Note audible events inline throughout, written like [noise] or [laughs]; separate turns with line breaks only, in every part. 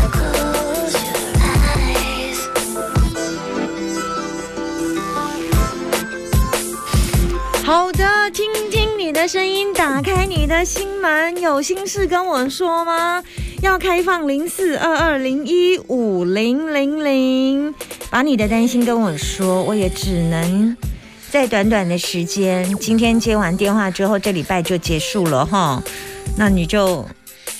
Close your eyes.
好的，听听你的声音，打开你的心门，有心事跟我说吗？要开放零四二二零一五零零零，把你的担心跟我说，我也只能在短短的时间，今天接完电话之后，这礼拜就结束了哈。那你就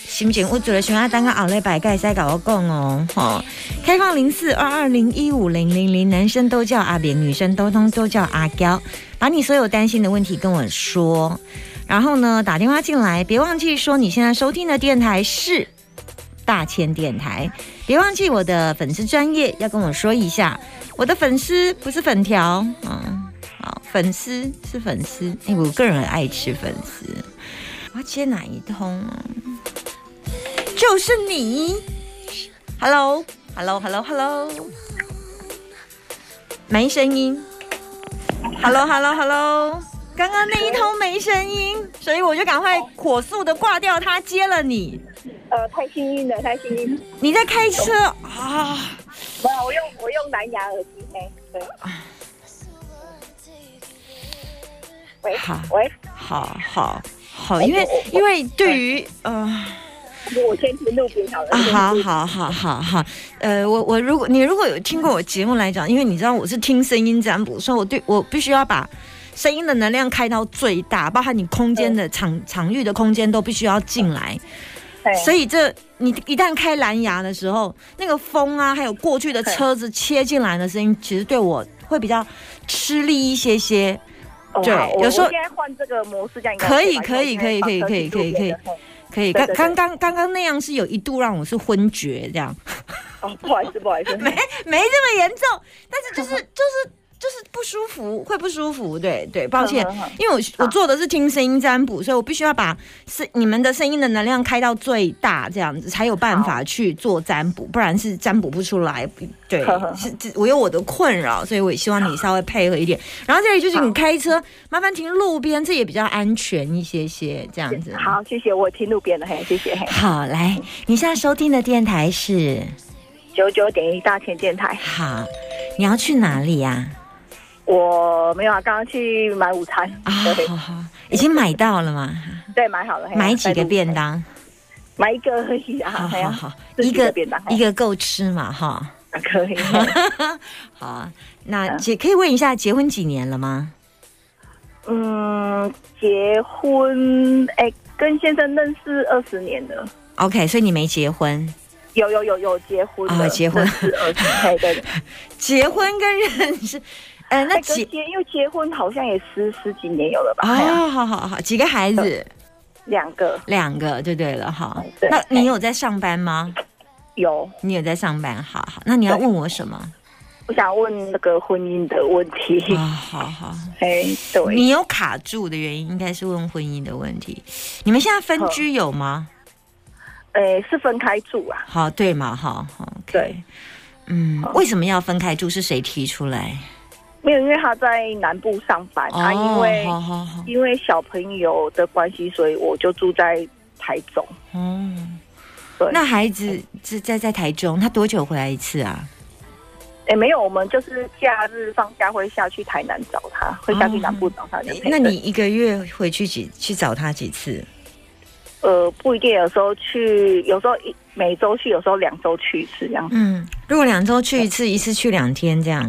心情我做了，想要当个熬累白盖塞搞我讲哦，哈。开放零四二二零一五零零零，男生都叫阿扁，女生都通都叫阿娇。把你所有担心的问题跟我说，然后呢打电话进来，别忘记说你现在收听的电台是大千电台，别忘记我的粉丝专业要跟我说一下，我的粉丝不是粉条，嗯，好，粉丝是粉丝，哎，我个人很爱吃粉丝，我要接哪一通啊？就是你，Hello，Hello，Hello，Hello，没声音。Hello Hello Hello，刚刚那一通没声音，所以我就赶快火速的挂掉他，接了你。
呃，太幸运了，太幸运！
你在开车啊？
没有，我用我用蓝牙耳机听。对，喂
好
喂，
好好好，因为因为对于呃。
我先听录屏好了。
啊，好好好好好，呃，我我如果你如果有听过我节目来讲，因为你知道我是听声音占卜，所以我对我必须要把声音的能量开到最大，包含你空间的场场域的空间都必须要进来。
对，
所以这你一旦开蓝牙的时候，那个风啊，还有过去的车子切进来的声音，其实对我会比较吃力一些些。
哦
对
好我
有时候
我现在换这个模式，这样应该
可以
吧
可以
因为我现在
可以
把
可以
车
可以
子变了
可以，
对
刚
对对
刚刚刚刚那样是有一度让我是昏厥这样，
哦，不好意思，不好意思，没
[laughs] 没这么严重，但是就是就是就是不舒服，会不舒服。对对，抱歉
嗯嗯嗯，
因为我我做的是听声音占卜，所以我必须要把是你们的声音的能量开到最大，这样子才有办法去做占卜，不然是占卜不出来。对
呵呵，呵
是这我有我的困扰，所以我也希望你稍微配合一点。然后这里就是你开车，麻烦停路边，这也比较安全一些些，这样子。
好，谢谢，我听路边了，嘿，谢谢，嘿，
好，来，你现在收听的电台是
九九点一大千电台，
好，你要去哪里呀、
我没有啊，刚刚去买午餐，
啊，
对哎
好好，已经买到了
[laughs]
吗？
对，买好了，嘿
买几
在
个
路
便当？
买一个而已啊，
好
嘿
好
啊
好，
自己
一
的
个
便当哎
一个够吃嘛哈。
啊可以，嘿
好，那结可以问一下结婚几年了吗？
嗯，结婚，哎，跟先生认识二十年了。
OK，所以你没结婚，
有有有有结婚
啊
了，
结婚
是二十，嘿对对，
结婚跟认识，呃， [laughs] 那
哎跟
几
结因为结婚好像也十十几年有了吧？嘿啊
哦，好好好，几个孩子，
两个
两个就对了哈
对。哎
那你有在上班吗？
有，
你有在上班，好好。那你要问我什么？
我想问那个婚姻的问题，
啊，好好。
[laughs] 哎，对，
你有卡住的原因应该是问婚姻的问题。你们现在分
好
居有吗？
哎，是分开住啊，
好，对嘛，哈，好，OK
对，
嗯
好，
为什么要分开住？是谁提出来？
没有，因为他在南部上班，
哦
他因为
好好好，
因为小朋友的关系，所以我就住在台中，
哦，
对
那孩子是在在台中，他多久回来一次啊？
哎，没有，我们就是假日放假会下去台南找他，会下去南部找他的，嘿
哦那
对
你一个月回去几去找他几次？
呃，不一定，有时候去，有时候一每周去，有时候两周去一次，这样。
嗯，如果两周去一次，一次去两天这样，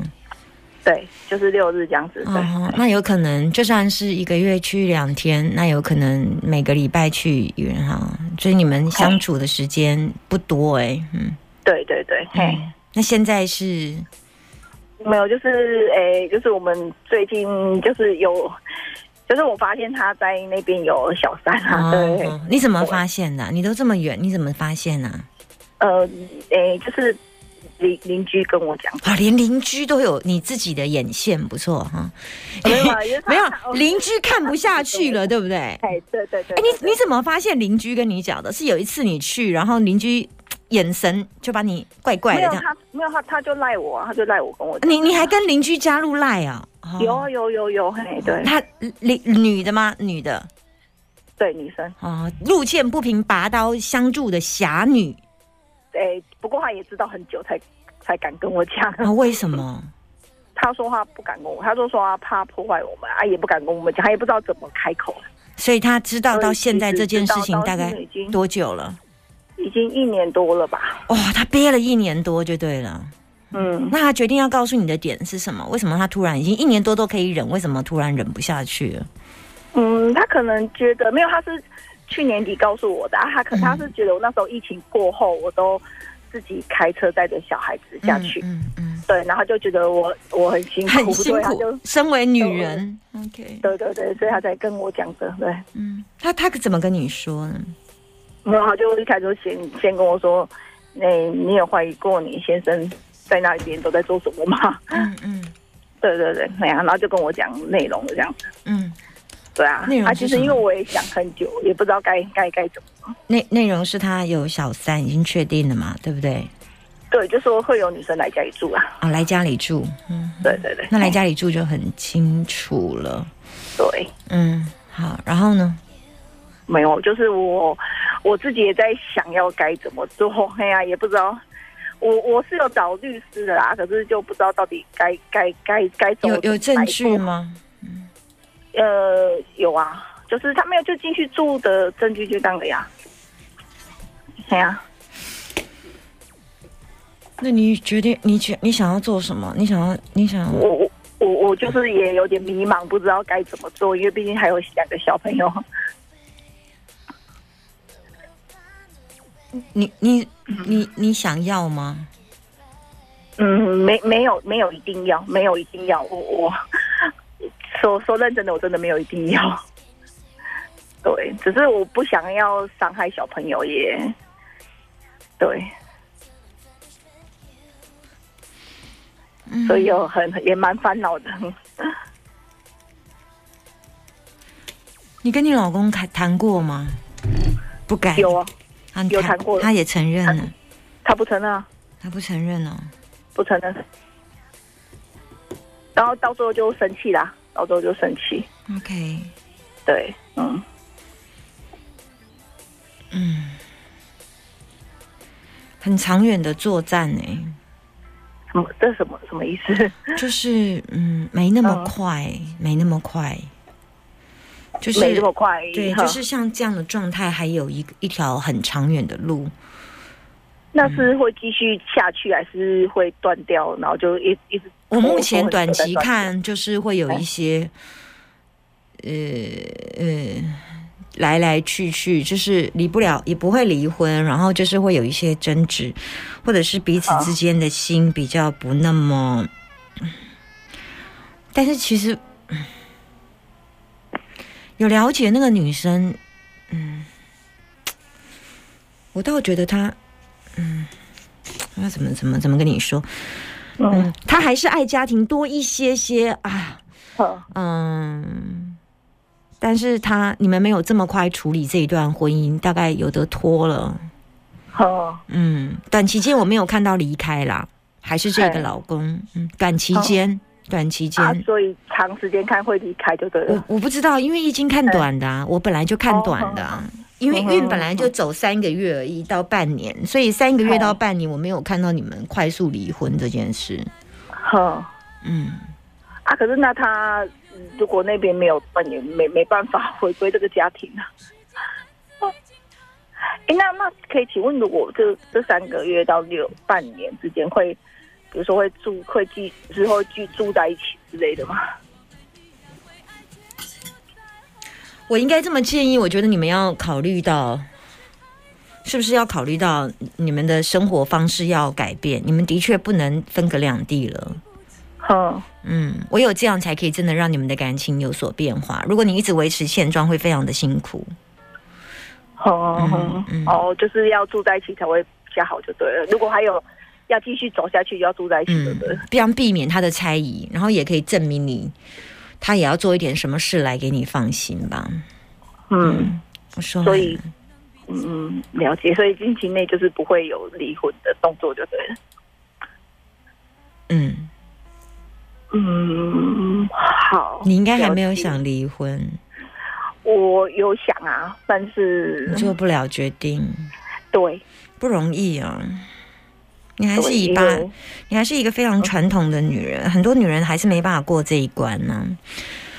对，就是六日这样子。对，
哦，那有可能就算是一个月去两天，那有可能每个礼拜去一哈，所以你们相处的时间不多哎、嗯，
对对对，嘿，
嗯，那现在是
没有，就是诶、就是我们最近就是有，就是我发现他在那边有小三啊，对，
哦，你怎么发现的啊、你都这么远，你怎么发现呢、
呃，诶、就是邻邻居跟我讲，
啊？连邻居都有你自己的眼线，不错哈。
没有啊，因为他
[laughs] 没有
他
邻居看不下去
[laughs]
了，对不对？
哎，对对对，
哎，你
对
你怎么发现邻居跟你讲的？是有一次你去，然后邻居眼神就把你怪怪的
没
这
有
样。
他，没有他，他就赖我啊，他就赖我跟我讲。
你你还跟邻居加入赖啊？哦
有啊有有有，嘿，对
他女女的吗？女的
对，女生，
哦，路见不平拔刀相助的侠女
哎，不过他也知道很久才才敢跟我讲，
啊？为什么？
[laughs] 他说他不敢跟我，他就说他怕破坏我们啊，也不敢跟我们讲，他也不知道怎么开口。
所以他知道到现在这件事
所以
情
其
大
实
概
到现在已经
多久了？
已经一年多了吧？
哇、他憋了一年多就对了。
嗯，
那他决定要告诉你的点是什么？为什么他突然已经一年多都可以忍，为什么突然忍不下去了？
嗯，他可能觉得没有，他是去年底告诉我的，啊、他可他
嗯
是觉得我那时候疫情过后，我都自己开车带着小孩子下去，
嗯嗯
对，然后就觉得我我很辛
嗯
苦，
很辛
对，他就
苦。身为女人，OK，
对对对，所以他才跟我讲的，对，
嗯，他他怎么跟你说呢？
然后他就一开始就先先跟我说，那、你有怀疑过你先生在那边都在做什么吗？ [laughs]
嗯嗯
对对对，那样，然后就跟我讲内容这样，
嗯，
对啊
内，容
啊，
是
其
什
实
么
因为我也想很久，也不知道该该该怎么。
内内容是他有小三已经确定了嘛，对不对？
对，就说会有女生来家里住啊。
啊，来家里住，嗯，
对对对，
那来家里住就很清楚了，
对，
嗯，好，然后呢？
没有，就是我我自己也在想要该怎么做， [laughs] 哎呀、也不知道。我我是有找律师的啦，可是就不知道到底该该该该怎么
有有证据
摆
吗？
脱？呃，有啊，就是他没有就进去住的证据就这样的呀。哎呀、
那你决定你决你想要做什么？你想要你想要
我我我我就是也有点迷茫，不知道该怎么做，因为毕竟还有两个小朋友。
你你你你想要吗？
嗯，没没有没有一定要，没有一定要，我我说说认真的，我真的没有一定要。对，只是我不想要伤害小朋友也，对，所以有很也蛮烦恼的。
你跟你老公谈谈过吗？不敢，
有啊，
他你
有谈过
他也承认了，
他不承认啊，
他不承认哦。
不承认。然后到最后就生气啦，到最后就生气。
OK，
对，嗯，
嗯，很长远的作战呢、
什么这什么什么意思？
就是嗯，没那么
嗯
快，没那么快，就是
没这么快，
对，
哈
就是像这样的状态，还有一一条很长远的路。
那是会继续下去，还是会断掉，然后就一一直？
我目前短
拖很
期
久再断掉，
看，就是会有一些，呃呃，来来去去，就是离不了，也不会离婚，然后就是会有一些争执，或者是彼此之间的心比较不那么。但是其实嗯有了解那个女生，嗯，我倒觉得她，嗯，那怎么怎么怎么跟你说？嗯，他还是爱家庭多一些些啊，
嗯
嗯，但是他你们没有这么快处理这一段婚姻，大概有的拖了，
嗯
嗯，短期间我没有看到离开啦，还是这个
嘿
老公，嗯，短期间，短期间。
啊，所以长时间看会离开就对
我
了。
我不知道，因为易经看短的、啊，我本来就看短的、啊，因为
嗯
运本来就走三个月而已到半年，所以三个月
嘿
到半年我没有看到你们快速离婚这件事，
哼
嗯。
啊，可是那他嗯如果那边没有断，也没没办法回归这个家庭啊。 [laughs] 哦诶，那那可以请问，如果这这三个月到六半年之间会，比如说会住会继之后居住在一起之类的吗？
我应该这么建议，我觉得你们要考虑到，是不是要考虑到你们的生活方式要改变？你们的确不能分隔两地了。
哼，
嗯，唯有这样才可以真的让你们的感情有所变化。如果你一直维持现状，会非常的辛苦。
哦、
嗯嗯
哦，就是要住在一起才会比较好，就对了。如果还有要继续走下去，要住在一起，对
嗯
不对？，
这样避免他的猜疑，然后也可以证明你，他也要做一点什么事来给你放心吧。
嗯，
我说完了，
所以嗯，了解，所以近期内就是不会有离婚的动作就对了。
嗯，
嗯，好，
你应该还没有
了解，
想离婚，
我有想啊，但是
你做不了决定，
对，
不容易啊。你还
对
是一
因
把，
为
你还是一个非常传统的女人，很多女人还是没办法过这一关呢、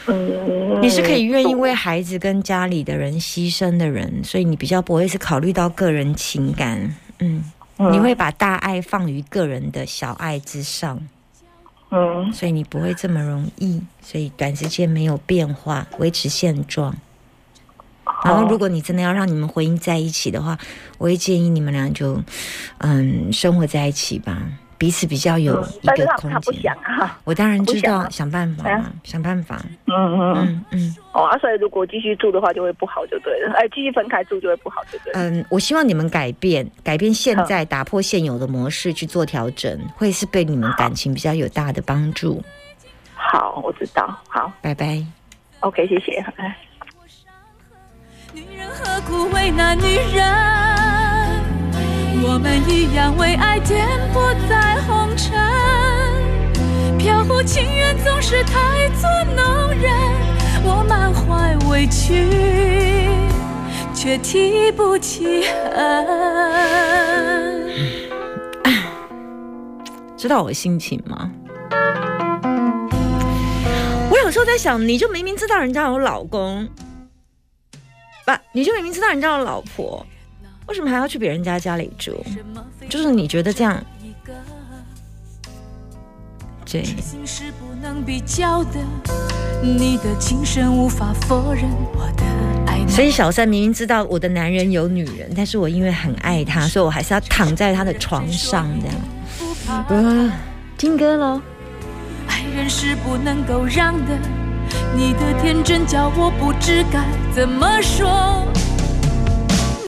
嗯，
你是可以愿意为
对
孩子跟家里的人牺牲的人，所以你比较不会是考虑到个人情感，嗯，
嗯
你会把大爱放于个人的小爱之上，
嗯
所以你不会这么容易，所以短时间没有变化，维持现状。然后，
好
如果你真的要让你们婚姻在一起的话，我会建议你们俩就，嗯，生活在一起吧，彼此比较有
嗯
一
但
个
是他
空
他不
间
想。啊，
我当然
他
知
不想
道，
啊
想办法
哎
嘛
呀，
想办法。
嗯嗯嗯，
嗯嗯。
哦，啊，所以如果继续住的话就会不好就对了，哎，继续分开住就会不好就对了。
嗯，我希望你们改变，改变现在打破现有的模式去做调整，会是对你们感情比较有大的帮助。
好，我知道，好
拜拜。
，OK，谢谢，哎。
女人何苦为难女人？我们一样为爱颠簸在红尘，飘忽情缘总是太作弄人。我满怀委屈，却提不起恨。
知道我心情吗？我有时候在想，你就明明知道人家有老公，不，你就明明知道人家有老婆，为什么还要去别人家家里住？就是你觉得这样
一个
对，
心是不能比较的，你的情深无法否认我的爱难。
所以小三明明知道我的男人有女人，但是我因为很爱他，所以我还是要躺在他的床上这样。
不怕
啊，听歌喽。
爱人是不能够让的，你的天真叫我不知该怎么说